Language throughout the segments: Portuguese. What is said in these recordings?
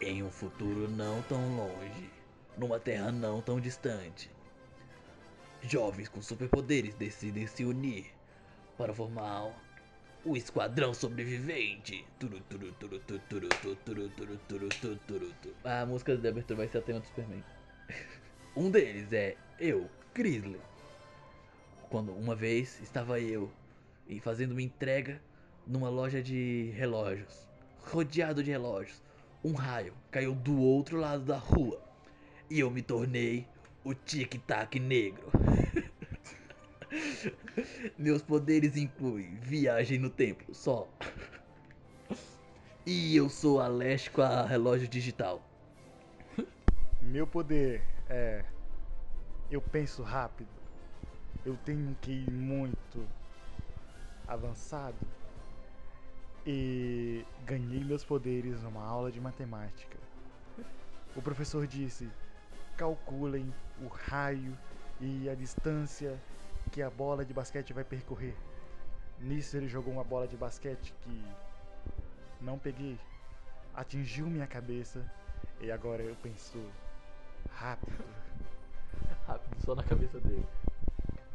Em um futuro não tão longe, numa terra não tão distante, jovens com superpoderes decidem se unir para formar o Esquadrão Sobrevivente. Turu, turu, turu, turu, turu, turu, turu, turu, turu, turu, turu, turu. A música de abertura vai ser a tema do Superman. Um deles é eu, Grizzly. Quando uma vez estava eu e fazendo uma entrega numa loja de relógios, rodeado de relógios, um raio caiu do outro lado da rua e eu me tornei o Tic Tac Negro. Meus poderes incluem viagem no tempo, só. E eu sou alérgico a relógio digital. Meu poder é. Eu penso rápido. Eu tenho que ir muito avançado. E ganhei meus poderes numa aula de matemática. O professor disse: calculem o raio e a distância que a bola de basquete vai percorrer. Nisso ele jogou uma bola de basquete que não peguei, atingiu minha cabeça e agora eu penso rápido. Rápido, só na cabeça dele.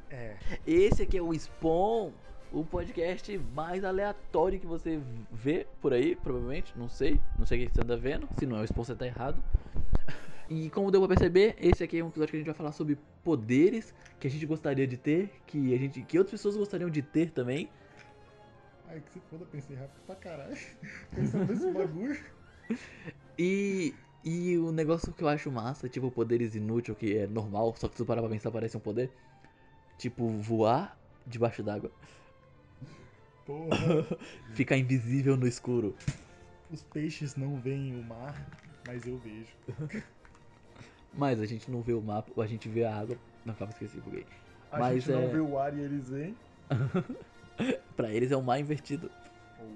É, Esse aqui é o Spawn, o podcast mais aleatório que você vê por aí, provavelmente. Não sei, não sei o que você anda vendo. Se não é o Spawn, você tá errado. E como deu pra perceber, esse aqui é um episódio que a gente vai falar sobre poderes que a gente gostaria de ter, que a gente, que outras pessoas gostariam de ter também. Ai, que se foda, eu pensei rápido pra caralho. Pensando nesse bagulho. E e o negócio que eu acho massa, tipo poderes inútil que é normal, só que se tu parar pra pensar parece um poder, tipo voar debaixo d'água, Porra, ficar invisível no escuro. os peixes não veem o mar, mas eu vejo. Mas a gente não vê o mapa, a gente vê a água. Não, calma, esqueci, buguei. A Mas gente é- não vê o ar e eles veem. Pra eles é um mar invertido. Ou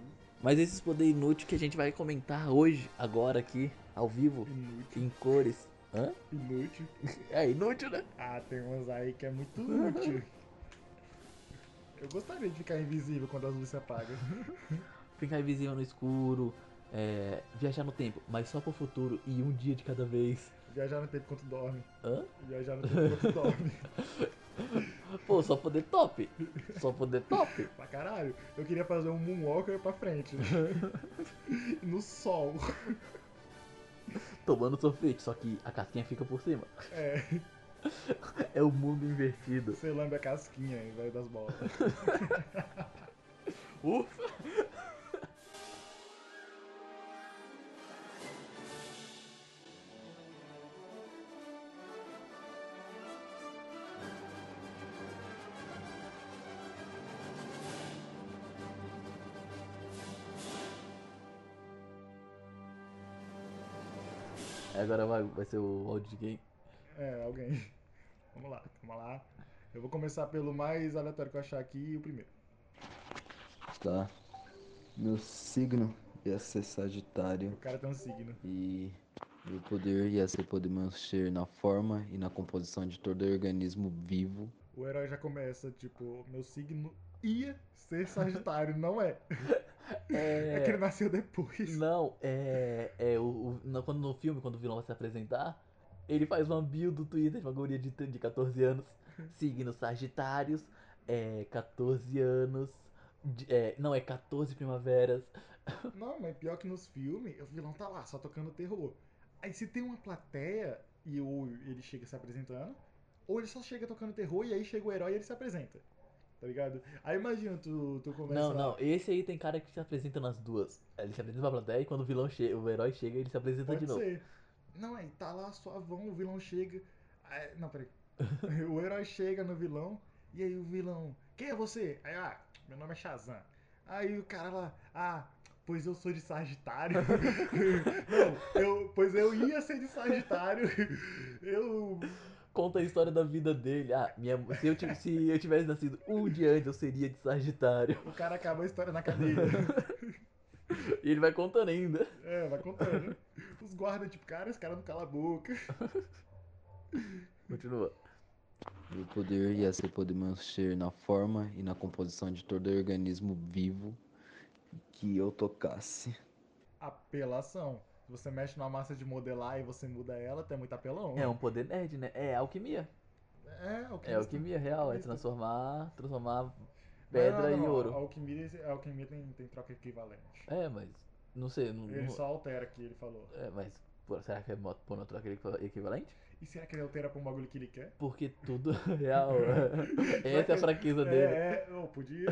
Mas esses poderes inúteis que a gente vai comentar hoje, agora aqui, ao vivo, inútil, em cores. Hã? inútil. É inútil, né? Ah, tem umas aí que é muito útil. Eu gostaria de ficar invisível quando as luzes se apagam. Ficar invisível no escuro, é, viajar no tempo, mas só pro futuro e um dia de cada vez. Viajar no tempo enquanto dorme. Hã? Viajar no tempo enquanto dorme. Pô, só poder top. Só poder top. Pra caralho. Eu queria fazer um moonwalker pra frente. né? No sol. Tomando sorvete, só que a casquinha fica por cima. É, É o mundo invertido. você lambe a casquinha em vez das bolas. Ufa! Agora vai, vai ser o áudio de quem? É, alguém. Vamos lá, vamos lá. Eu vou começar pelo mais aleatório que eu achar aqui, o primeiro. Tá. Meu signo ia ser Sagitário O cara tem um signo. e meu poder ia ser poder mexer na forma e na composição de todo organismo vivo. O herói já começa, tipo, meu signo ia ser Sagitário, não é. É, que ele nasceu depois. Não, é. é o, o- no, quando no filme, quando o vilão vai se apresentar, ele faz uma bio do Twitter de uma guria de, t- de 14 anos, signo Sagitários, é 14 anos. de- é, não, é 14 primaveras. Não, mas pior que nos filmes, o vilão tá lá, só tocando terror. Aí se tem uma plateia e ou ele chega se apresentando, ou ele só chega tocando terror e aí chega o herói e ele se apresenta. Tá ligado? Aí imagina, tu, tu começa. Não, não, esse aí tem cara que se apresenta nas duas. Ele se apresenta pra plateia e quando o vilão chega, o herói chega, ele se apresenta Pode de novo. ser. Não, aí tá lá suavão, o vilão chega. aí- não, peraí. o herói chega no vilão, e aí o vilão. Quem é você? Aí, ah, meu nome é Shazam. Aí o cara lá, ah, pois eu sou de Sagitário. não, eu, pois eu ia ser de Sagitário. Eu. Conta a história da vida dele. Ah, minha, se, eu, ti- se eu tivesse nascido um dia antes, eu seria de Sagitário. O cara acabou a história na cadeia. E ele vai contando ainda. É, vai contando. Os guardas, tipo, cara, esse cara não cala a boca. Continua. Meu poder ia ser poder mexer na forma e na composição de todo organismo vivo que eu tocasse. Apelação. Você mexe numa massa de modelar e você muda ela, até muito apelão. É um poder nerd, né? É alquimia. É, alquimista. É alquimia real, é Alquimista. transformar, transformar Mas pedra não, não, em ouro. Alquimia, alquimia tem, tem troca equivalente. É, mas não sei, não, Ele não- só altera aqui, ele falou. é, mas pô, será que é mo- monotroca equi- equivalente? E será que ele altera pra um bagulho que ele quer? Porque tudo é real. Essa é a que- fraqueza dele. É, é, eu podia.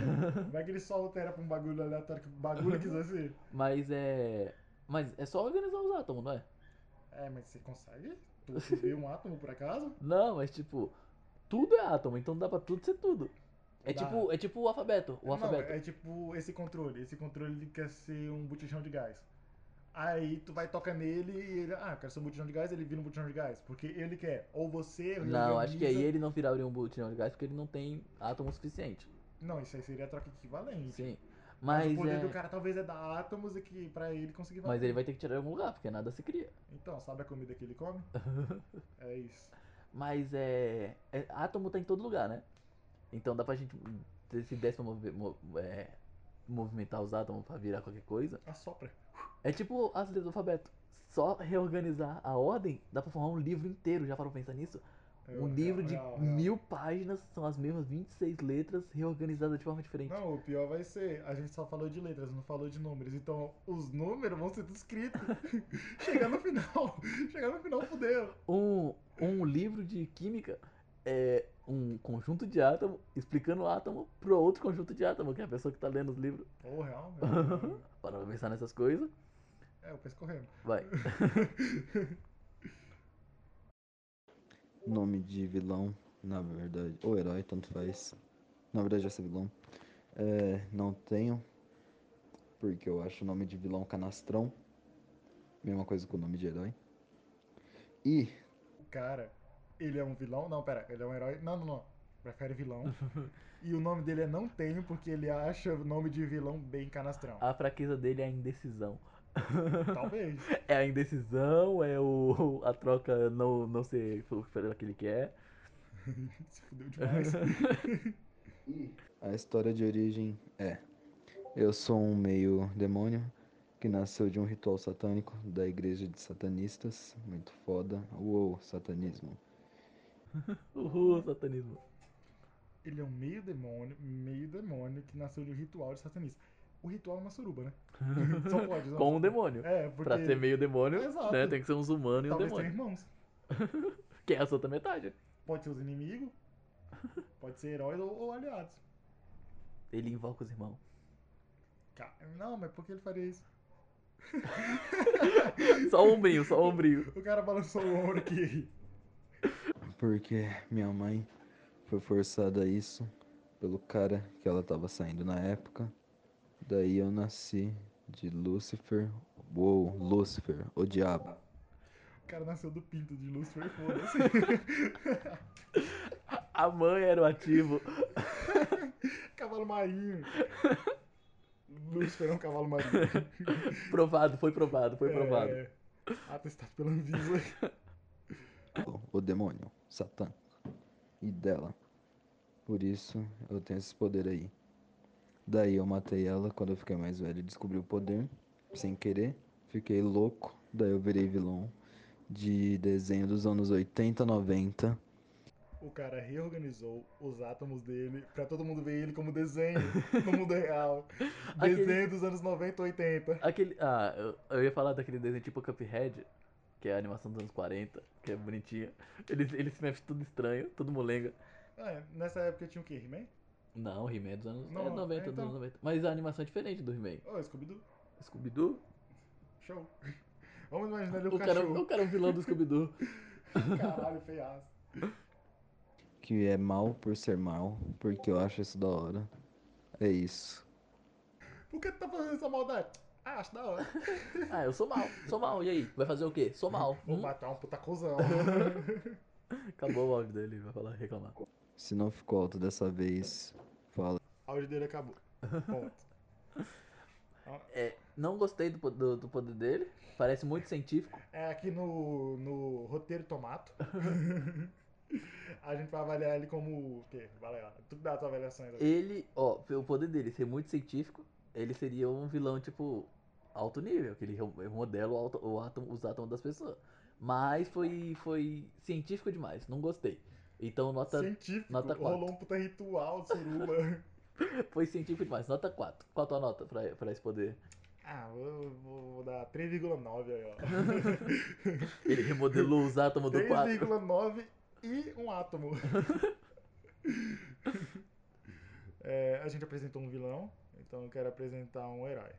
Vai que ele só altera pra um bagulho aleatório que o bagulho quiser ser. Mas é. Mas é só organizar os átomos, não é? É, mas você consegue? Tu subir um átomo por acaso? Não, mas tipo, tudo é átomo, então dá pra tudo ser tudo. É Dá. tipo, é tipo o alfabeto. O Não, alfabeto. é tipo esse controle. Esse controle ele quer ser um botijão de gás. Aí tu vai tocar nele e ele, ah, eu quero ser um botijão de gás, ele vira um botijão de gás. Porque ele quer. Ou você. Não, acho que aí reorganiza- ele não viraria um botijão de gás porque ele não tem átomo suficiente. Não, isso aí seria a troca equivalente. Sim. Mas, Mas, o poder é- do cara é talvez é dar átomos e que pra ele conseguir mas ele vai ter que tirar de algum lugar, porque nada se cria. Então, sabe a comida que ele come? é isso. Mas é... é. Átomo tá em todo lugar, né? Então dá pra gente. Se desse pra mover- mo- é, movimentar os átomos pra virar qualquer coisa. Assopra. É tipo as letras do alfabeto. Só reorganizar a ordem, dá pra formar um livro inteiro. Já parou pra pensar nisso? É, Um é, livro é, de é, é. mil páginas, são as mesmas 26 letras reorganizadas de forma diferente. Não, o pior vai ser, a gente só falou de letras, não falou de números. Então, os números vão ser descritos. chegar no final, chegar no final, fudeu. Um, um livro de química é um conjunto de átomos explicando o átomo pro outro conjunto de átomos, que é a pessoa que tá lendo os livros. Pô, real, velho. Para pra pensar nessas coisas, É, eu penso correndo. vai. Nome de vilão, na verdade. Ou herói, tanto faz. Na verdade, já ser vilão. É, não tenho. Porque eu acho o nome de vilão canastrão. Mesma coisa com o nome de herói. E O cara, ele é um vilão? Não, pera, ele é um herói? Não, não, não. Prefere vilão. e o nome dele é Não Tenho, porque ele acha o nome de vilão bem canastrão. A fraqueza dele é a indecisão. Talvez. É a indecisão, é o a troca não, não ser o que é. ele quer. Se fudeu demais. A história de origem é: eu sou um meio demônio que nasceu de um ritual satânico da igreja de satanistas, muito foda. Uou, satanismo. Uhul, satanismo. Ele é um meio demônio, meio demônio que nasceu de um ritual de satanista. O ritual é uma suruba, né? Só pode. Não. Com um demônio. É, porque. Pra ser meio demônio, Exato. né? Tem que ser uns humanos e um Talvez tenha demônio. irmãos. Que é a outra metade. Pode ser os inimigos, pode ser heróis ou, ou aliados. Ele invoca os irmãos. Ca- Não, mas por que ele faria isso? Só o ombrinho, só o ombrinho. O cara balançou o ombro aqui. Porque minha mãe foi forçada a isso pelo cara que ela tava saindo na época. Daí eu nasci de Lúcifer. Uou, Lúcifer, o diabo. O cara nasceu do pinto de Lucifer, foda-se. A mãe era o ativo. Cavalo marinho. Lucifer é um cavalo marinho. Provado, foi provado, foi provado. É, atestado pela Anvisa. o demônio, Satã, e dela. Por isso eu tenho esse poder aí. Daí eu matei ela quando eu fiquei mais velho, descobri o poder, sem querer, fiquei louco, daí eu virei vilão de desenho dos anos 80, 90. O cara reorganizou os átomos dele pra todo mundo ver ele como desenho no mundo real. Aquele- Desenho dos anos 90, 80. Aquele. Ah, eu, eu ia falar daquele desenho tipo Cuphead, que é a animação dos anos 40, que é bonitinha. Ele, ele se mexe tudo estranho, tudo molenga. Ah, nessa época tinha o quê? He-Man? Não, o He-Man é dos anos Não, é 90, é, dos então. anos 90. Mas a animação é diferente do He-Man. Oh, Scooby-Doo. Scooby-Doo? Show. Vamos imaginar ele o, O cara, cachorro. o cara é o vilão do Scooby-Doo. Caralho, feiaço. Que é mal por ser mal, porque eu acho isso da hora. É isso. Por que tu tá fazendo essa maldade? Ah, acho da hora. Ah, eu sou mal, sou mal, e aí? Vai fazer o quê? Sou mal. Vou Hum? matar um puta cuzão. Acabou o áudio dele, vai falar, reclamar. Se não ficou alto dessa vez, fala. A áudio dele acabou. Ponto. É, não gostei do, po- do, do poder dele, parece muito científico. É aqui no, no roteiro tomato. A gente vai avaliar ele como o quê? Valeu. Tudo dá as avaliações aí. Ele, ó, o poder dele ser muito científico, ele seria um vilão tipo alto nível, que ele um, re- modela o, auto- o átomo, os átomos das pessoas. Mas foi, foi científico demais, não gostei. Então, nota Científico. nota rolou quatro. um puta ritual, suruba. foi científico demais, nota 4. Qual a tua nota pra, pra esse poder? ah, vou, vou- vou dar 3,9 aí, ó. Ele remodelou os átomos do 4. 3,9 e um átomo. É, a gente apresentou um vilão, então eu quero apresentar um herói.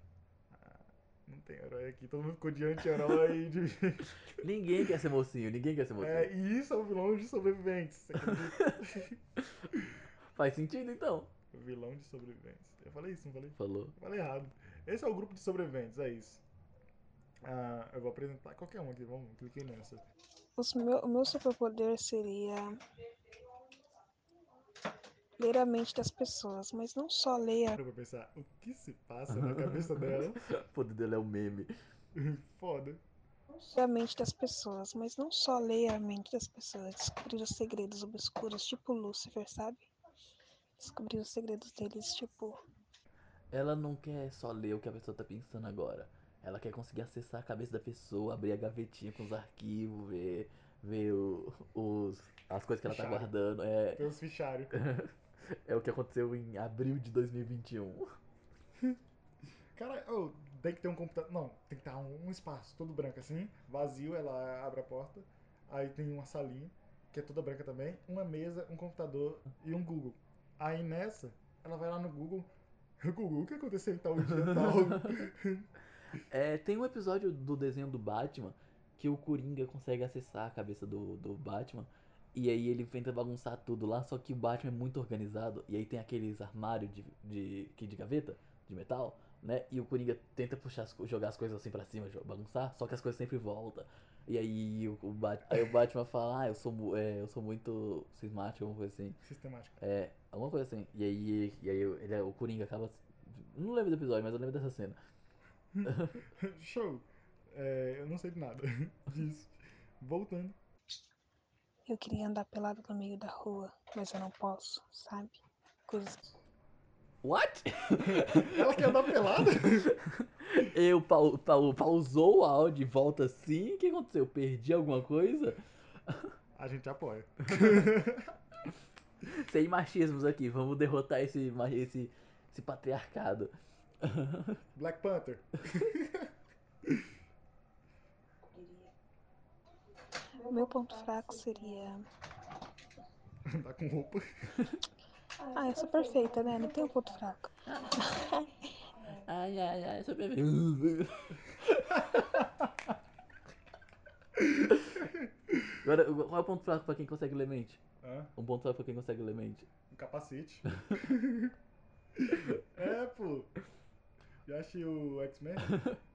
Ah, não tem herói aqui, todo mundo ficou de anti-herói. De... Ninguém quer ser mocinho, ninguém quer ser mocinho. É, e isso é um vilão de sobreviventes. Você acredita? Faz sentido então? vilão de sobreviventes. Eu falei isso, não falei? Falou. Eu Falei errado. Esse é o grupo de sobreviventes, é isso. Ah, eu vou apresentar qualquer um aqui, vamos, cliquei nessa. Os meu, o meu superpoder seria ler a mente das pessoas, mas não só ler a Parou pra pensar, o que se passa na cabeça dela? O poder dele é um meme. Foda. ler a mente das pessoas, mas não só ler a mente das pessoas, descobrir os segredos obscuros, tipo Lúcifer, sabe? Descobrir os segredos deles, tipo, Ela não quer só ler o que a pessoa tá pensando agora. Ela quer conseguir acessar a cabeça da pessoa, abrir a gavetinha com os arquivos, ver, ver o- os, as coisas que ela tá Fichário. guardando. É, Tem uns fichários. é o que aconteceu em abril de 2021. Cara, ô, tem que ter um computador. Não, tem que estar um espaço todo branco assim, vazio, ela abre a porta. Aí tem uma salinha, que é toda branca também, uma mesa, um computador e um Google. Aí nessa, ela vai lá no Google. Google, o que aconteceu em tal dia tal? É, tem um episódio do desenho do Batman que o Coringa consegue acessar a cabeça do, do Batman. E aí ele tenta bagunçar tudo lá, só que o Batman é muito organizado. E aí tem aqueles armários de, de, que de gaveta, de metal, né? E o Coringa tenta puxar as co- jogar as coisas assim pra cima, jo- bagunçar, só que as coisas sempre voltam. E aí o, o, Bat- aí o Batman fala, ah, eu sou, mu- é, eu sou muito cismático, alguma coisa assim. Sistemático. É, alguma coisa assim. E aí, e aí ele, o Coringa acaba. Não lembro do episódio, mas eu lembro dessa cena. Show! É, eu não sei de nada disso. Voltando. eu queria andar pelado no meio da rua, mas eu não posso, sabe? Coisas What? Ela quer andar pelada? Eu pau, pau- pausou o áudio e volta assim? O que aconteceu? Eu Perdi alguma coisa? A gente apoia. Sem machismos aqui, vamos derrotar esse, ma- esse, esse patriarcado. Black Panther. O meu ponto fraco seria. Tá com roupa. Ah, eu sou perfeita, né? Não tenho ponto fraco. Ai, ai, ai, sobre... Agora, qual é o ponto fraco pra quem consegue ler mente? Hã? Um ponto fraco pra quem consegue ler mente. Um capacete. é, pô. Já achei o X-Men?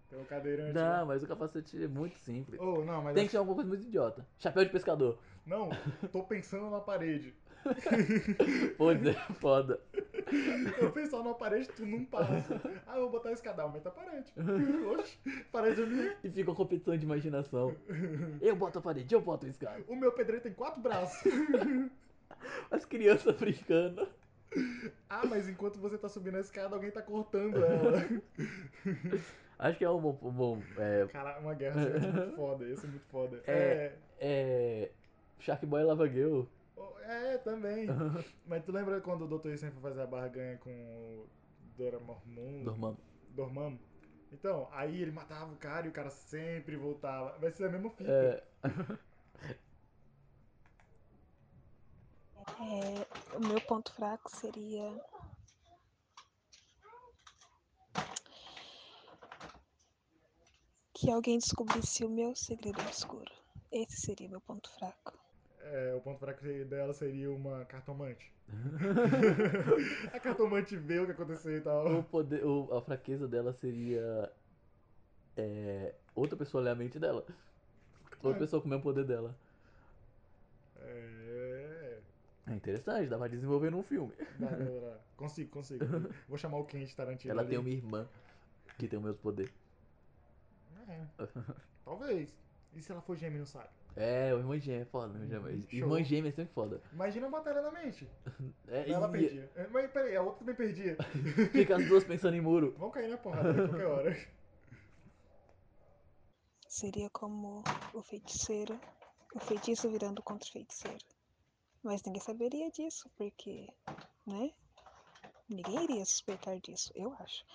Tem um cadeirante. lá. Não, mas o capacete é muito simples. Oh, não, mas. Tem que ser alguma coisa muito idiota. Chapéu de pescador. Não, tô pensando na parede. Pois é, foda. Eu pensar na parede, tu não passa. Ah, eu vou botar esse escada, aumenta a parede. Oxe, parede é minha. E fica uma competição de imaginação. Eu boto a parede, eu boto esse cara. O meu pedreiro tem quatro braços. As crianças brincando. Ah, mas enquanto você tá subindo a escada, alguém tá cortando ela. Acho que é um bom. um bom, é, Cara, uma guerra civil ia ser muito foda, ia ser muito foda. É. É, é, Shark Boy Lava Girl. oh, é, também. Mas tu lembra quando o Dr. Isen foi fazer a barganha com o Doramormon? Dormammu. Dormammu? Então, aí ele matava o cara e o cara sempre voltava. Vai ser a mesma fita. É, É, o meu ponto fraco seria. Que alguém descobrisse o meu segredo obscuro. Esse seria meu ponto fraco. É, o ponto fraco dela seria uma cartomante. a cartomante vê o que aconteceu e tal. o poder, o- a fraqueza dela seria. é, outra pessoa ler a mente dela. Outra pessoa com o mesmo poder dela. É. É interessante, dá pra desenvolver num filme. Dá, dá, dá. Consigo, consigo. Vou chamar o Kent Tarantino. Ela ali. tem uma irmã que tem o mesmo poder. É. Talvez. E se ela for gêmea e não sabe? É, o irmã gêmea é foda, irmã gêmea. Show. Irmã gêmea é sempre foda. Imagina a batalha na mente. É, Ela e- perdia. É, Mas peraí, a outra também perdia. Fica as duas pensando em muro. Vão cair na porrada a qualquer hora. Seria como o feiticeiro, o feitiço virando contra o feiticeiro. Mas ninguém saberia disso, porque, né? Ninguém iria suspeitar disso, eu acho.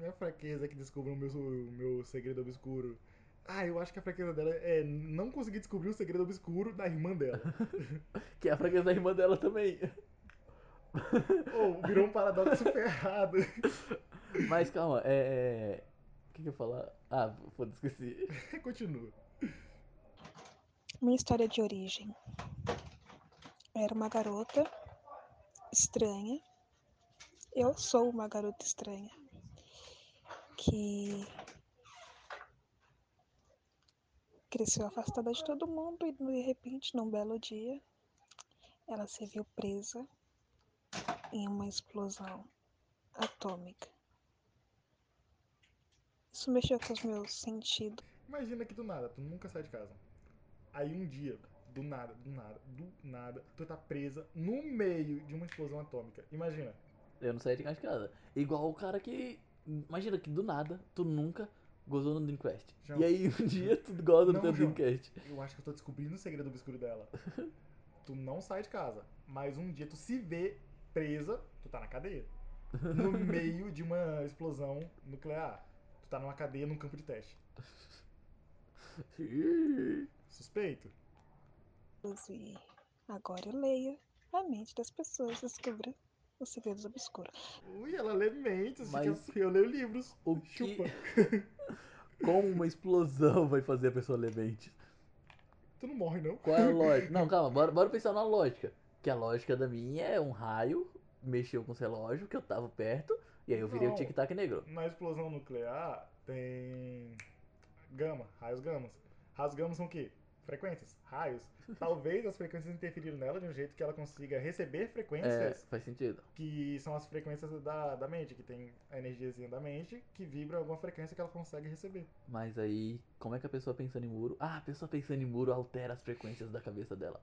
Minha fraqueza é que descobriu o meu, o meu segredo obscuro. Ah, eu acho que a fraqueza dela é não conseguir descobrir o segredo obscuro da irmã dela. Que é a fraqueza da irmã dela também. Ou virou um paradoxo ferrado. Mas calma, é. é, O que, que eu ia falar? Ah, foda, esqueci. Continua. Minha história de origem. Eu era uma garota estranha. Eu sou uma garota estranha. Que cresceu afastada de todo mundo e de repente, num belo dia, ela se viu presa em uma explosão atômica. Isso mexeu com os meus sentidos. Imagina que do nada, tu nunca sai de casa. Aí um dia, do nada, do nada, do nada, tu tá presa no meio de uma explosão atômica. Imagina. Eu não saí de casa. Igual o cara que. Imagina que do nada, tu nunca gozou no Dreamcast. João. E aí um dia tu goza no Não, teu João. Dreamcast. Eu acho que eu tô descobrindo o segredo obscuro dela. tu não sai de casa, mas um dia tu se vê presa, tu tá na cadeia. No meio de uma explosão nuclear. Tu tá numa cadeia num campo de teste. Suspeito. livros e agora eu leio a mente das pessoas descubra os segredos obscuros. Ui, ela lê mentes, Mas- fica- eu leio livros. O que. Chupa. Como uma explosão vai fazer a pessoa ler mentes? Tu não morre, não. Qual é a lógica? Não, calma, bora, bora pensar na lógica. Que a lógica da minha é um raio mexeu com os relógios, que eu tava perto, e aí eu virei Não. o tic-tac negro. Na explosão nuclear tem gama, raios gamas. Raios gamas são o quê? Frequências, raios. Talvez as frequências interferiram nela de um jeito que ela consiga receber É, frequências faz sentido. que são as frequências da, da mente, que tem a energiazinha da mente que vibra alguma frequência que ela consegue receber. Mas aí, como é que a pessoa pensando em muro? Ah, a pessoa pensando em muro altera as frequências da cabeça dela.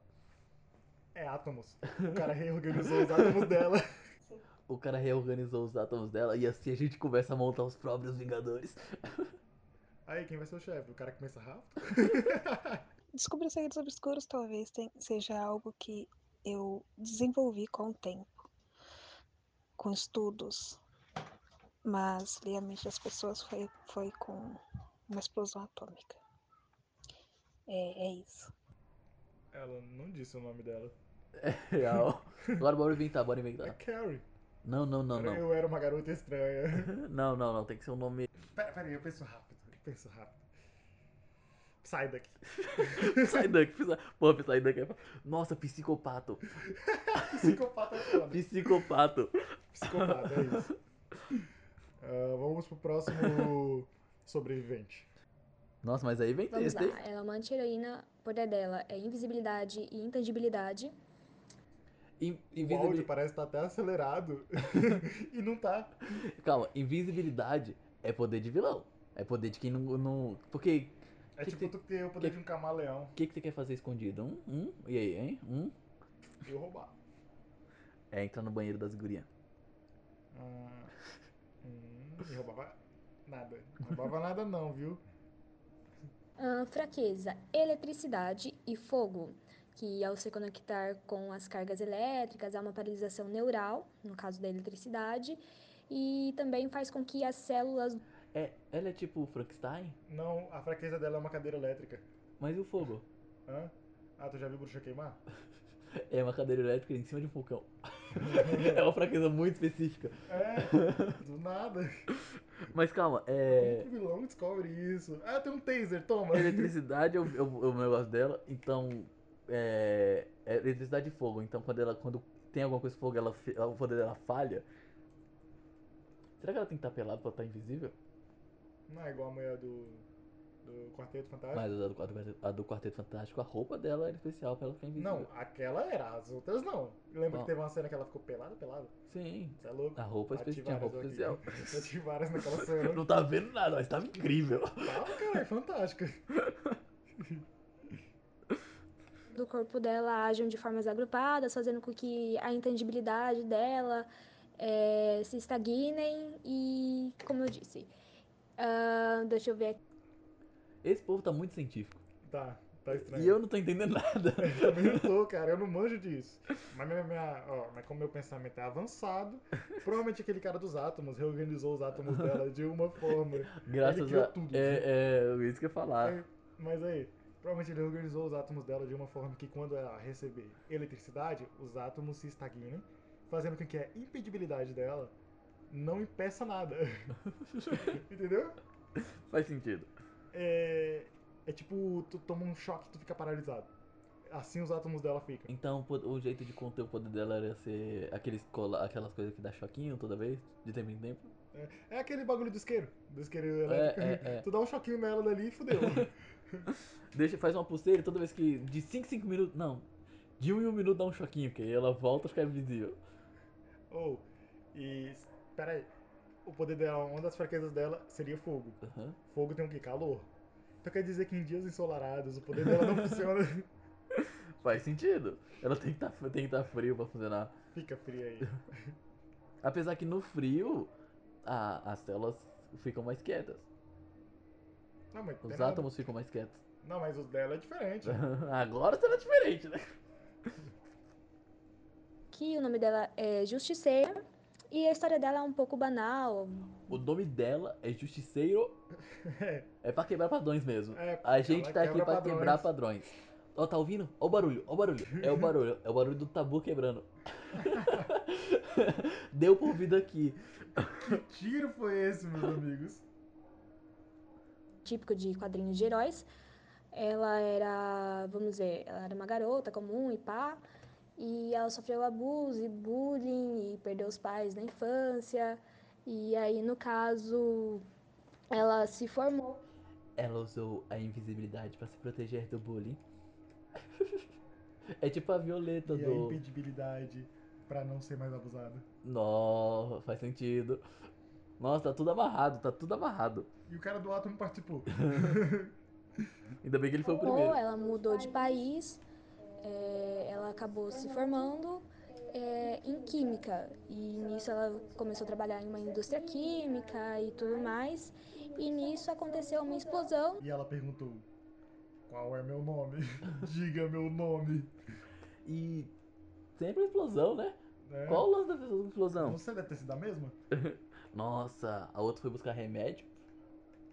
É átomos. O cara reorganizou os átomos dela. O cara reorganizou os átomos dela e assim a gente começa a montar os próprios Vingadores. Aí, quem vai ser o chefe? O cara que começa rápido? Descobrir os segredos obscuros talvez tem- seja algo que eu desenvolvi com o tempo, com estudos, mas ler a mente das pessoas foi, foi com uma explosão atômica. É, é isso. Ela não disse o nome dela. Real. Agora bora inventar, bora É inventar. Carrie. Não, não, não, não. Eu era uma garota estranha. Não, não, não. Tem que ser um nome. Pera, pera aí, eu penso rápido. Eu penso rápido. Sai daqui. Psyduck. Psy- Pô, Psyduck é. Nossa, psicopato. Psicopata é foda. Psicopato. Psicopata, é isso. Ah, vamos pro próximo sobrevivente. Nossa, mas aí vem Vamos texto, hein? lá, ela é uma anti-heroína, o poder dela é invisibilidade e intangibilidade. In- O áudio Invisibilidade. parece estar até acelerado. e não tá. Calma, invisibilidade é poder de vilão. É poder de quem não. não... Porque É Que tipo que- tu ter o poder que- de um camaleão o que, que você quer fazer escondido? Hum? Hum? E aí, hein? Hum? e eu roubar. É entrar no banheiro das gurias. Ah, hum, e roubava nada. Roubava nada não, viu? Ahn, Ah, fraqueza, eletricidade e fogo, que ao se conectar com as cargas elétricas há uma paralisação neural, no caso da eletricidade, e também faz com que as células É, ela é tipo o Frankenstein, Não, a fraqueza dela é uma cadeira elétrica. mas e o fogo? Hã? Ah, tu já viu bruxa queimar? É uma cadeira elétrica em cima de um vulcão. é uma fraqueza muito específica. É, do nada. Mas calma, Como é. que o vilão descobre isso? Ah, tem um taser, toma. Eletricidade é o, é o- é o negócio dela, então. É. é eletricidade e fogo. Então quando ela. Quando tem alguma coisa com fogo, ela, fe- ela- o poder dela falha. Será que ela tem que estar pelada pra estar invisível? Não é igual a mulher do, do Quarteto Fantástico? Mas a do, Quarteto- a do Quarteto Fantástico, a roupa dela era especial pra ela ficar invisível. Não, aquela era, as outras não. Lembra Bom. que teve uma cena que ela ficou pelada, pelada? Sim. Você é louco? A roupa Bati especial. Tinha roupa várias especial. aqui. Eu tive várias naquela cena. Eu não tava vendo nada, mas tava incrível. Tava, cara, é fantástica. do corpo dela agem de formas agrupadas, fazendo com que a intangibilidade dela eh, se estagnem e, como eu disse, ah, deixa eu ver aqui. Esse povo tá muito científico. Tá, tá estranho. E eu não tô entendendo nada. Também não tô, cara, eu não manjo disso. Mas, minha, minha- ó, mas como meu pensamento é avançado, provavelmente aquele cara dos átomos reorganizou os átomos dela de uma forma. Graças criou a. tudo. né? É, é, isso que eu ia falar. É, mas aí, provavelmente ele organizou os átomos dela de uma forma que quando ela receber eletricidade, os átomos se estagnem, fazendo com que a impedibilidade dela não impeça nada. Entendeu? Faz sentido. É, é tipo, tu toma um choque, tu fica paralisado. Assim os átomos dela ficam. Então po- o jeito de conter o poder dela era ser aqueles cola, aquelas coisas que dá choquinho toda vez, de tempo em tempo. É aquele bagulho do isqueiro. Do isqueiro elétrico. É, é, é. Tu dá um choquinho nela dali e fudeu. Deixa, faz uma pulseira e toda vez que. De 5 em 5 minutos. Não. De 1 um em 1 um minuto dá um choquinho, que aí ela volta a ficar invisível. Ou, e. Pera aí. O poder dela, uma das fraquezas dela seria fogo. Aham. Fogo tem o quê? Calor. Então quer dizer que em dias ensolarados o poder dela não funciona. Faz sentido. Ela tem que tá, tem que tá frio pra funcionar. Fica fria aí. Apesar que no frio, a- as células ficam mais quietas. Não, mas Os pera- átomos ficam mais quietos. Não, mas os dela é diferente. Agora será diferente, né? Que o nome dela é Justiceira. E a história dela é um pouco banal. O nome dela é Justiceiro. É pra quebrar padrões mesmo. É, A gente ela tá aqui quebra pra padrões. quebrar padrões. Ó, tá ouvindo? Ó o barulho, ó o barulho. É o barulho, é o barulho do tabu quebrando. Deu por vida aqui. Que tiro foi esse, meus amigos? típico de quadrinhos de heróis. Ela era, vamos dizer, ela era uma garota comum e pá, e ela sofreu abuso e bullying e perdeu os pais na infância. E aí, no caso, ela se formou. Ela usou a invisibilidade pra se proteger do bullying. É tipo a Violeta E a do. impedibilidade pra não ser mais abusada. Nossa, faz sentido. Nossa, tá tudo amarrado, tá tudo amarrado. E o cara do átomo participou. Ainda bem que ele foi o primeiro. Ou ela mudou de país, é, ela acabou se formando é, em química. E nisso ela começou a trabalhar em uma indústria química e tudo mais. E nisso aconteceu uma explosão E ela perguntou: Qual é meu nome? Diga meu nome. E sempre a explosão, né? É. Qual o lance da pessoa com explosão? Você deve ter sido a mesma? Nossa, a outra foi buscar remédio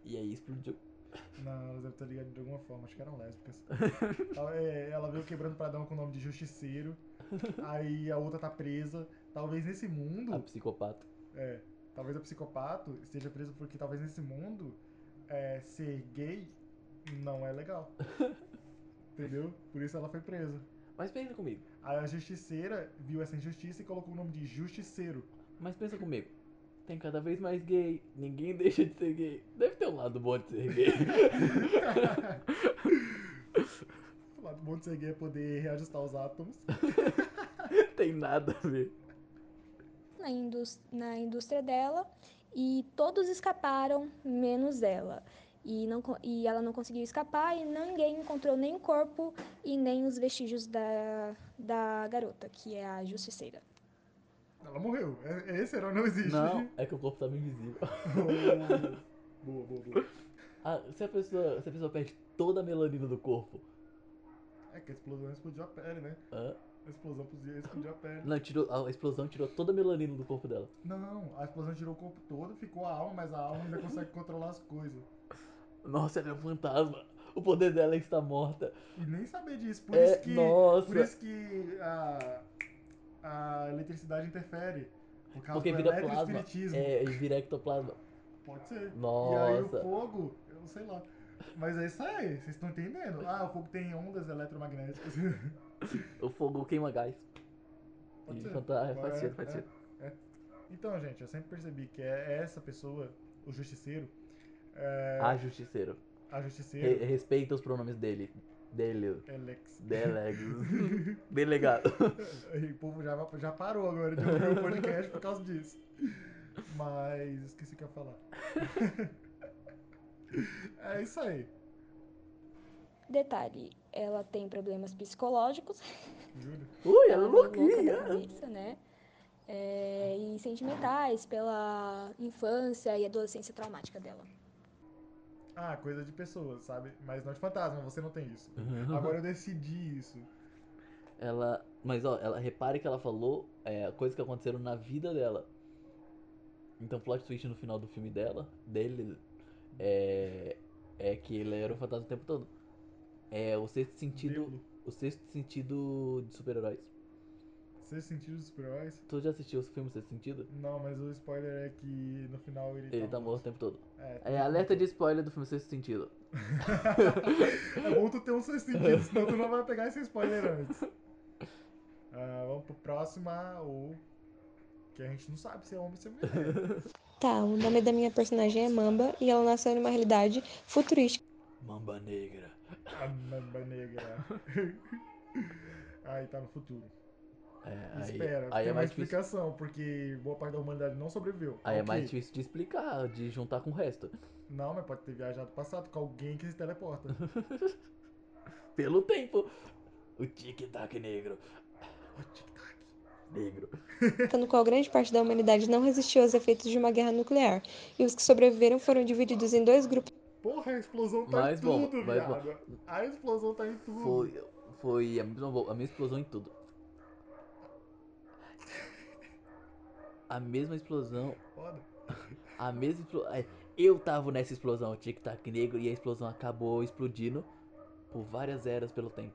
e aí explodiu. Não, elas devem ter ligado de alguma forma, acho que eram lésbicas. ela, é, ela veio quebrando padrão com o nome de Justiceiro. Aí a outra tá presa. Talvez nesse A mundo. psicopata. É, talvez o psicopato esteja preso porque talvez nesse mundo é, ser gay não é legal. Entendeu? Por isso ela foi presa. Mas pensa comigo, Aí a justiceira viu essa injustiça e colocou o nome de Justiceiro. mas pensa comigo. Tem cada vez mais gay, ninguém deixa de ser gay. Deve ter um lado bom de ser gay. O lado bom de ser gay é poder reajustar os átomos. Tem nada a ver. na, indus- na indústria dela e todos escaparam, menos ela. E, não, co- e ela não conseguiu escapar e ninguém encontrou nem o corpo e nem os vestígios da, da garota, que é a justiceira. Ela morreu. É- Esse herói não existe. Não, é que o corpo tava invisível. boa, boa, boa. Ah, se, a pessoa, se a pessoa perde toda a melanina do corpo, É que a explosão explodiu a pele, né? hã? A explosão explodiu- explodiu a pele. não, tirou, a explosão tirou toda a melanina do corpo dela. Não, a explosão tirou o corpo todo, ficou a alma, mas a alma ainda consegue controlar as coisas. Nossa, ela é um fantasma. O poder dela é estar morta. E nem saber disso. Por é, isso que. nossa. Por isso que a, a eletricidade interfere. Por causa Porque do vira plasma. eletroespiritismo. É, e vira ectoplasma. Pode ser. E aí o Nossa. fogo, eu não sei lá. Mas é isso aí, vocês estão entendendo? Ah, o fogo tem ondas eletromagnéticas. O fogo queima gás. Pode e ser. fantasma. Faz É, sentido, faz é. sentido. Então, gente, eu sempre percebi que é essa pessoa, o justiceiro, é, Ah, justiceiro. a Re- justiceira, respeita os pronomes dele. Dele. Alex. Delex. Delegado. E o povo já, já parou agora de ouvir o podcast por causa disso. Mas esqueci o que eu ia falar. É isso aí. Detalhe, ela tem problemas psicológicos, Juro. Ui, ela é anda louca da louquinha. cabeça, né? É, e sentimentais pela infância e adolescência traumática dela. Ah, coisa de pessoas, sabe? Mas não de fantasma, você não tem isso. Agora eu decidi isso. né? Ela. Mas ó, ela repare que ela falou é, coisas que aconteceram na vida dela. Então plot twist no final do filme dela, dele, é, é que ele era um fantasma o tempo todo. É o sexto sentido. Deu- O sexto sentido de super-heróis. Sexto sentido dos super-heróis? Tu já assistiu os filmes Sexto Sentido? Não, mas o spoiler é que no final ele, Ele tá morto o tempo todo. É, É alerta de spoiler do filme Sexto Sentido. É bom tu ter um sexto sentido, senão tu não vai pegar esse spoiler antes. Ah, vamos pro próximo, ah, o. Que a gente não sabe se é homem ou se é mulher. Tá, o nome da minha personagem é Mamba e ela nasceu numa realidade futurística. Mamba Negra. A mamba Ah, negra. Aí tá no futuro. É, aí, Espera, aí tem é uma mais difícil. explicação, porque boa parte da humanidade não sobreviveu. Aí é Ok. mais difícil de explicar, de juntar com o resto. Não, mas pode ter viajado pro passado com alguém que se teleporta. Pelo tempo. O tic-tac negro. Negro. no qual grande parte da humanidade não resistiu aos efeitos de uma guerra nuclear. E os que sobreviveram foram divididos em dois grupos Porra, a explosão tá Mas em bom, tudo, mas bom. viado. A explosão tá em tudo. Foi, foi a, mesma, vo- a mesma explosão em tudo. A mesma explosão. Foda. A mesma explosão. Eu tava nessa explosão, tic-tac negro, e a explosão acabou explodindo por várias eras pelo tempo.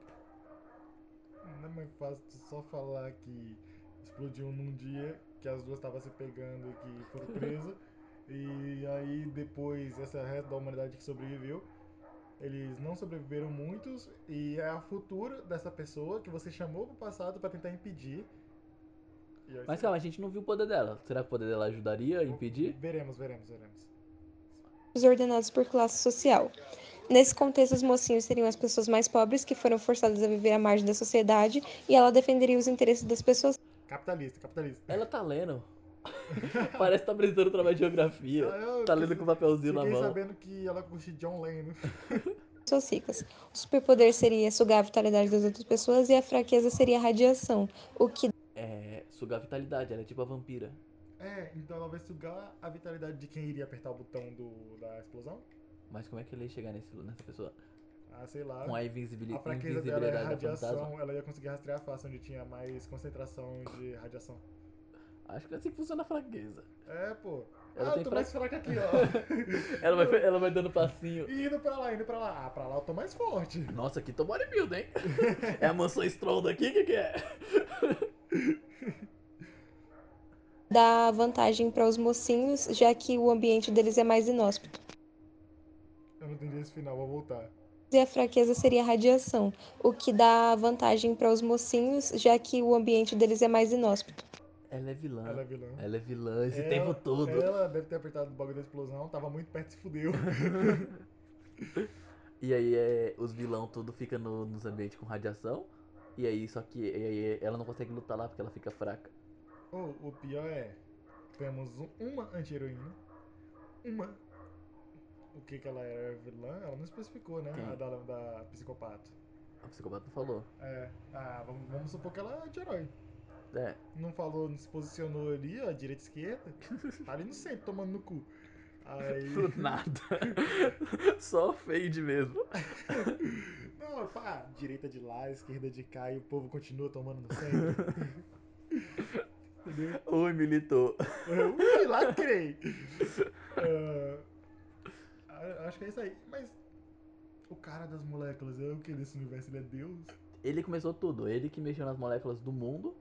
Não é mais fácil tu só falar que explodiu num dia, que as duas estavam se pegando e que foram presas. e aí depois essa é resto da humanidade que sobreviveu, eles não sobreviveram muitos e é a futura dessa pessoa que você chamou pro passado pra tentar impedir. E aí Mas você- calma, a gente não viu o poder dela. Será que o poder dela ajudaria a impedir? Veremos, veremos, veremos. ordenados por classe social. Nesse contexto, os mocinhos seriam as pessoas mais pobres que foram forçadas a viver à margem da sociedade e ela defenderia os interesses das pessoas Capitalista, capitalista. Ela tá lendo. Parece que tá precisando do trabalho de geografia. Tá lendo com o papelzinho na Ah, Fiquei mão. sabendo que ela curte John Lennon. pessoas ricas. O superpoder seria sugar a vitalidade das outras pessoas e a fraqueza seria a radiação, o que É. Sugar a vitalidade, ela é tipo a vampira. É, então ela vai sugar a vitalidade de quem iria apertar o botão do, da explosão? Mas como é que ele ia chegar nesse, nessa pessoa? Ah, sei lá. Com a invisibil- A fraqueza dela é a invisibilidade da fantasma? radiação, ela ia conseguir rastrear fácil onde tinha mais concentração de radiação. Acho que é assim que funciona a fraqueza. É, pô. Ela ah, tem eu tô fra- mais fraca aqui, ó. Ela vai, ela vai dando passinho. E indo pra lá, indo pra lá. Ah, pra lá eu tô mais forte. Nossa, aqui tô bodybuild, hein? É a mansão Stroll aqui, que que é? dá vantagem para os mocinhos, já que o ambiente deles é mais inóspito. Eu não entendi esse final, vou voltar. E a fraqueza seria a radiação, o que dá vantagem para os mocinhos, já que o ambiente deles é mais inóspito. Ela é vilã. Ela é vilã. Ela é vilã esse Ela- tempo todo. Ela deve ter apertado o bagulho da explosão, tava muito perto e se fudeu. E aí é, os vilão tudo fica no- nos ambientes com radiação. E aí, só que e aí, ela não consegue lutar lá porque ela fica fraca. Ou o pior é, temos um- uma anti-heroína, uma. O que que ela era vilã? Ela não especificou, né? Quem? A da, da psicopata. A psicopata não falou. É. Ah, vamos, vamos supor que ela é anti-herói. É, Não falou, não se posicionou ali, ó, direita e esquerda. Tá ali no centro, tomando no cu. Aí. do nada. Só fade mesmo. Não, pá, direita de lá, esquerda de cá e o povo continua tomando no centro. Entendeu? Oi, militou. Ui, lacrei! Ah, a- acho que é isso aí. Mas. O cara das moléculas, é o que desse universo? Ele é Deus? Ele começou tudo. Ele que mexeu nas moléculas do mundo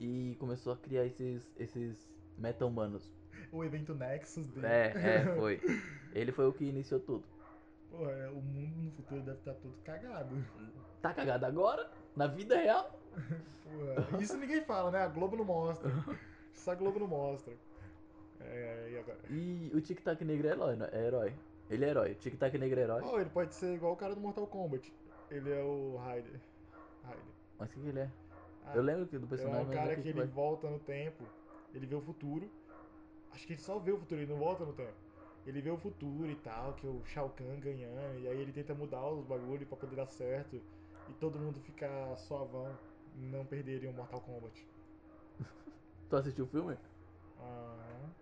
e começou a criar esses, esses meta-humanos. O evento Nexus dele. É, é, foi. Ele foi o que iniciou tudo. Pô, é, o mundo no futuro deve estar todo cagado. Tá cagado agora? Na vida real? Porra, isso ninguém fala, né? A Globo não mostra. Isso a Globo não mostra. É, e agora? E o Tic Tac Negro é herói, não- é herói. Ele é herói. O Tic Tac Negro é herói. Oh, ele pode ser igual o cara do Mortal Kombat. Ele é o Raider. Raider. Mas o que, que ele é? Ah, Eu lembro que do ele é personagem. um mas cara o que que ele vai? volta no tempo, ele vê o futuro. Acho que ele só vê o futuro, ele não volta no tempo. Ele vê o futuro e tal, que o Shao Kahn ganhando, e aí ele tenta mudar os bagulhos pra poder dar certo. E todo mundo ficar suavão, não perderia o Mortal Kombat. Tu assistiu o filme? Ah.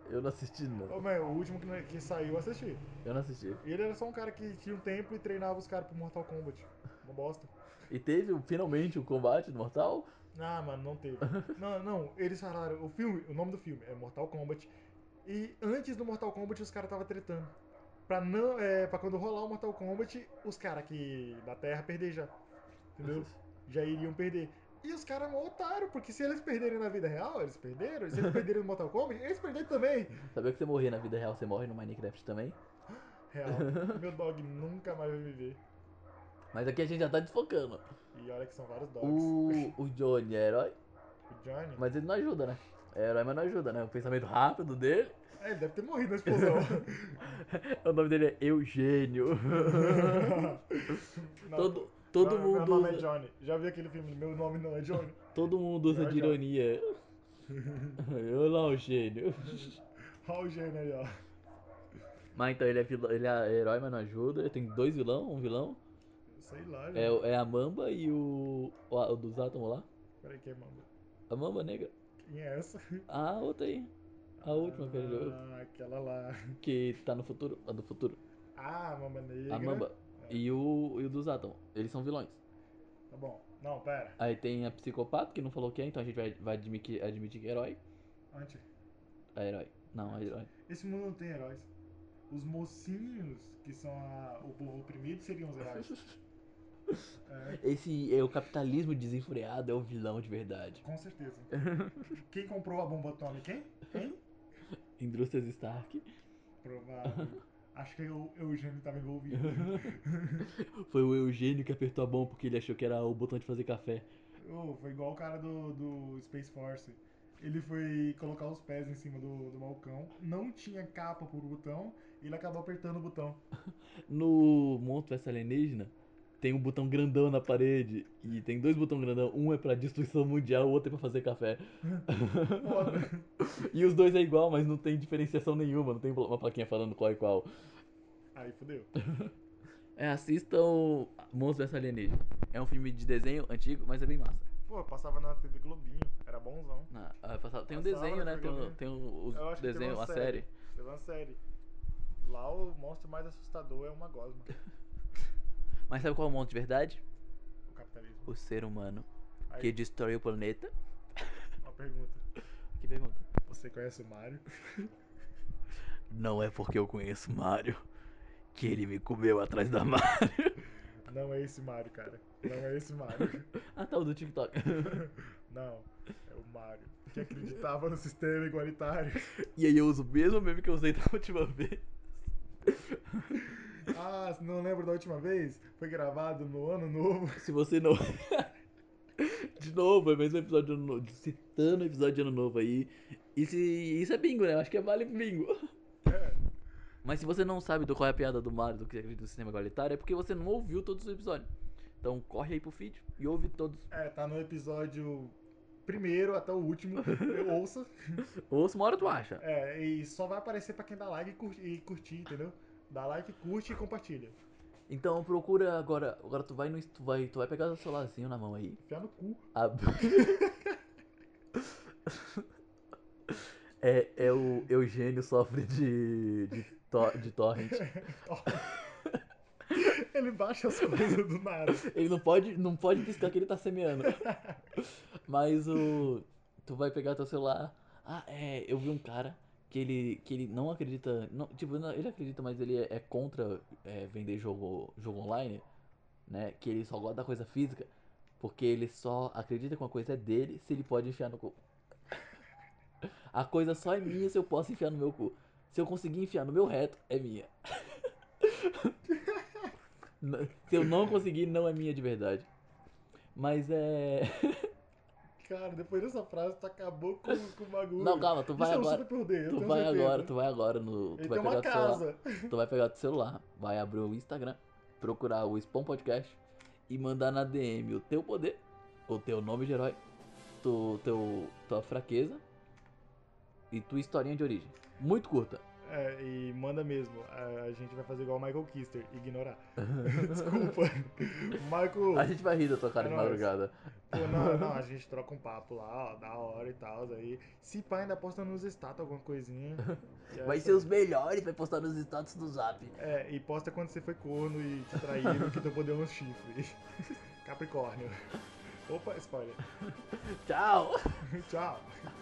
Eu não assisti, não. Ô, mas o último que, é, que saiu eu assisti. Eu não assisti. Ele era só um cara que tinha um tempo e treinava os caras pro Mortal Kombat. Uma bosta. E teve finalmente o combate do Mortal? Ah, mano, não teve. Não, não, eles falaram, o filme, o nome do filme é Mortal Kombat. E antes do Mortal Kombat os caras estavam tretando. Pra não. É, pra quando rolar o Mortal Kombat, os caras aqui da Terra perder já. Entendeu? Já iriam perder. E os caras mó otário, porque se eles perderem na vida real, eles perderam. E se eles perderem no Mortal Kombat, eles perderam também. Sabia que você morrer na vida real, você morre no Minecraft também? Real. Meu dog nunca mais vai viver. Mas aqui a gente já tá desfocando. E olha que são vários dogs. Uh, O, o Johnny é herói, O Johnny. mas ele não ajuda, né? É herói, mas não ajuda, né? O pensamento rápido dele. É, ele deve ter morrido na explosão. O nome dele é Eugênio. Não, todo todo não, Meu mundo nome é usa, Johnny. Já vi aquele filme, meu nome não é Johnny. todo mundo usa Não é de Johnny. ironia. Olá, Eugênio. Olha o gênio aí, ó. Mas então ele é, vilão, ele é herói, mas não ajuda. Tem dois vilão, um vilão. Sei lá, já. É, o- é a Mamba e o, o, o dos átomos lá. Peraí, quem é Mamba? A Mamba negra. Quem é essa? Ah, outra aí. A última, que ele- Ah, aquela lá. que tá no futuro. A do futuro. Ah, Mamba Negra. A Mamba. E o, e o dos átomos. Eles são vilões. Tá bom. Não, pera. Aí tem a psicopata, que não falou que é, então a gente vai, vai admitir, que- admitir que é herói. Antes. É herói. Não, é herói. Esse mundo não tem heróis. Os mocinhos, que são a- o povo oprimido, seriam os heróis. É, Esse é o capitalismo desenfreado, é o vilão de verdade. com certeza. Quem comprou a bomba atômica, hein? Indústrias Stark. Provável. Acho que o Eugênio tava envolvido. Foi o Eugênio que apertou a bomba porque ele achou que era o botão de fazer café. Ô, foi igual o cara do, do Space Force. Ele foi colocar os pés em cima do, do balcão, não tinha capa por botão, e ele acabou apertando o botão. No Monto Essa Alienígena, tem um botão grandão na parede. E tem dois botões grandão. Um é pra destruição mundial, o outro é pra fazer café. Foda. E os dois é igual, mas não tem diferenciação nenhuma. Não tem uma plaquinha falando qual é qual. Aí fodeu. É, assistam Monstro vs Alienígena. É um filme de desenho antigo, mas é bem massa. Pô, passava na TV Globinho, era bonzão. Na- ah, passava- tem um Passava, desenho, né? né, Tem, um, programa. tem um, Eu os acho que tem desenho, uma a série. Teve uma série. Lá o monstro mais assustador é uma gosma, Mas sabe qual é o monstro de verdade? o capitalismo. O ser humano Aí, que destrói o planeta. uma pergunta. Que pergunta? Você conhece o Mario? Não é porque eu conheço Mario que ele me comeu atrás da mar. Não é esse Mario, cara. Não é esse Mario. Ah, tá, o do TikTok. Não, é o Mario. Que acreditava no sistema igualitário. E aí eu uso o mesmo meme que eu usei da última vez. Ah, se não lembro da última vez? Foi gravado no ano novo. Se você não. De novo, é mesmo episódio de ano novo. Citando o episódio de ano novo aí. E se- Isso é bingo, né? Eu acho que é vale bingo. Mas se você não sabe do qual é a piada do Mario, do que acredita no sistema igualitário, é porque você não ouviu todos os episódios. Então corre aí pro feed e ouve todos. É, tá no episódio primeiro até o último. Ouça. Ouça uma hora tu acha. É, e só vai aparecer pra quem dá like e cur- e curtir, entendeu? Dá like, curte e compartilha. Então procura agora. Agora tu vai no. Tu vai, tu vai pegar o celularzinho na mão aí. Enfiar no cu. Ab- é, é o Eugênio sofre de. de, to, de torrent. Ele baixa as coisas do nada. Ele não pode, não pode piscar que ele tá semeando. Mas o. Tu vai pegar teu celular. Ah, é. Eu vi um cara que ele, que ele não acredita. Não, tipo, não, ele acredita, mas ele é, é contra é, vender jogo, jogo online, né? Que ele só gosta da coisa física. Porque ele só acredita que uma coisa é dele se ele pode enfiar no cu. A coisa só é minha se eu posso enfiar no meu cu. Se eu conseguir enfiar no meu reto, é minha. N- Se eu não conseguir, não é minha de verdade. Mas é. Cara, depois dessa frase, tu acabou com, com o bagulho. Não, calma, tu vai Isso é um agora. super poder, eu Tu tenho vai certeza. agora, tu vai agora no. Tu Ele vai tem uma pegar teu celular. casa. Tu vai pegar teu celular, vai abrir o Instagram, procurar o Spawn Podcast e mandar na DM o teu poder, o teu nome de herói, tu, teu, tua fraqueza e tua historinha de origem. Muito curta. É, e manda mesmo. A, a gente vai fazer igual o Michael Kister, ignorar. Desculpa. Michael. A gente vai rir da tua cara É de nóis. madrugada. Pô, não, não, a gente troca um papo lá, ó, da hora e tal. Aí, se pá, ainda posta nos status alguma coisinha. E Vai essa- ser os melhores, vai postar nos status do zap. É, e posta quando você foi corno e te traíram que teu poder é um chifre. Capricórnio. Opa, spoiler. Tchau! Tchau.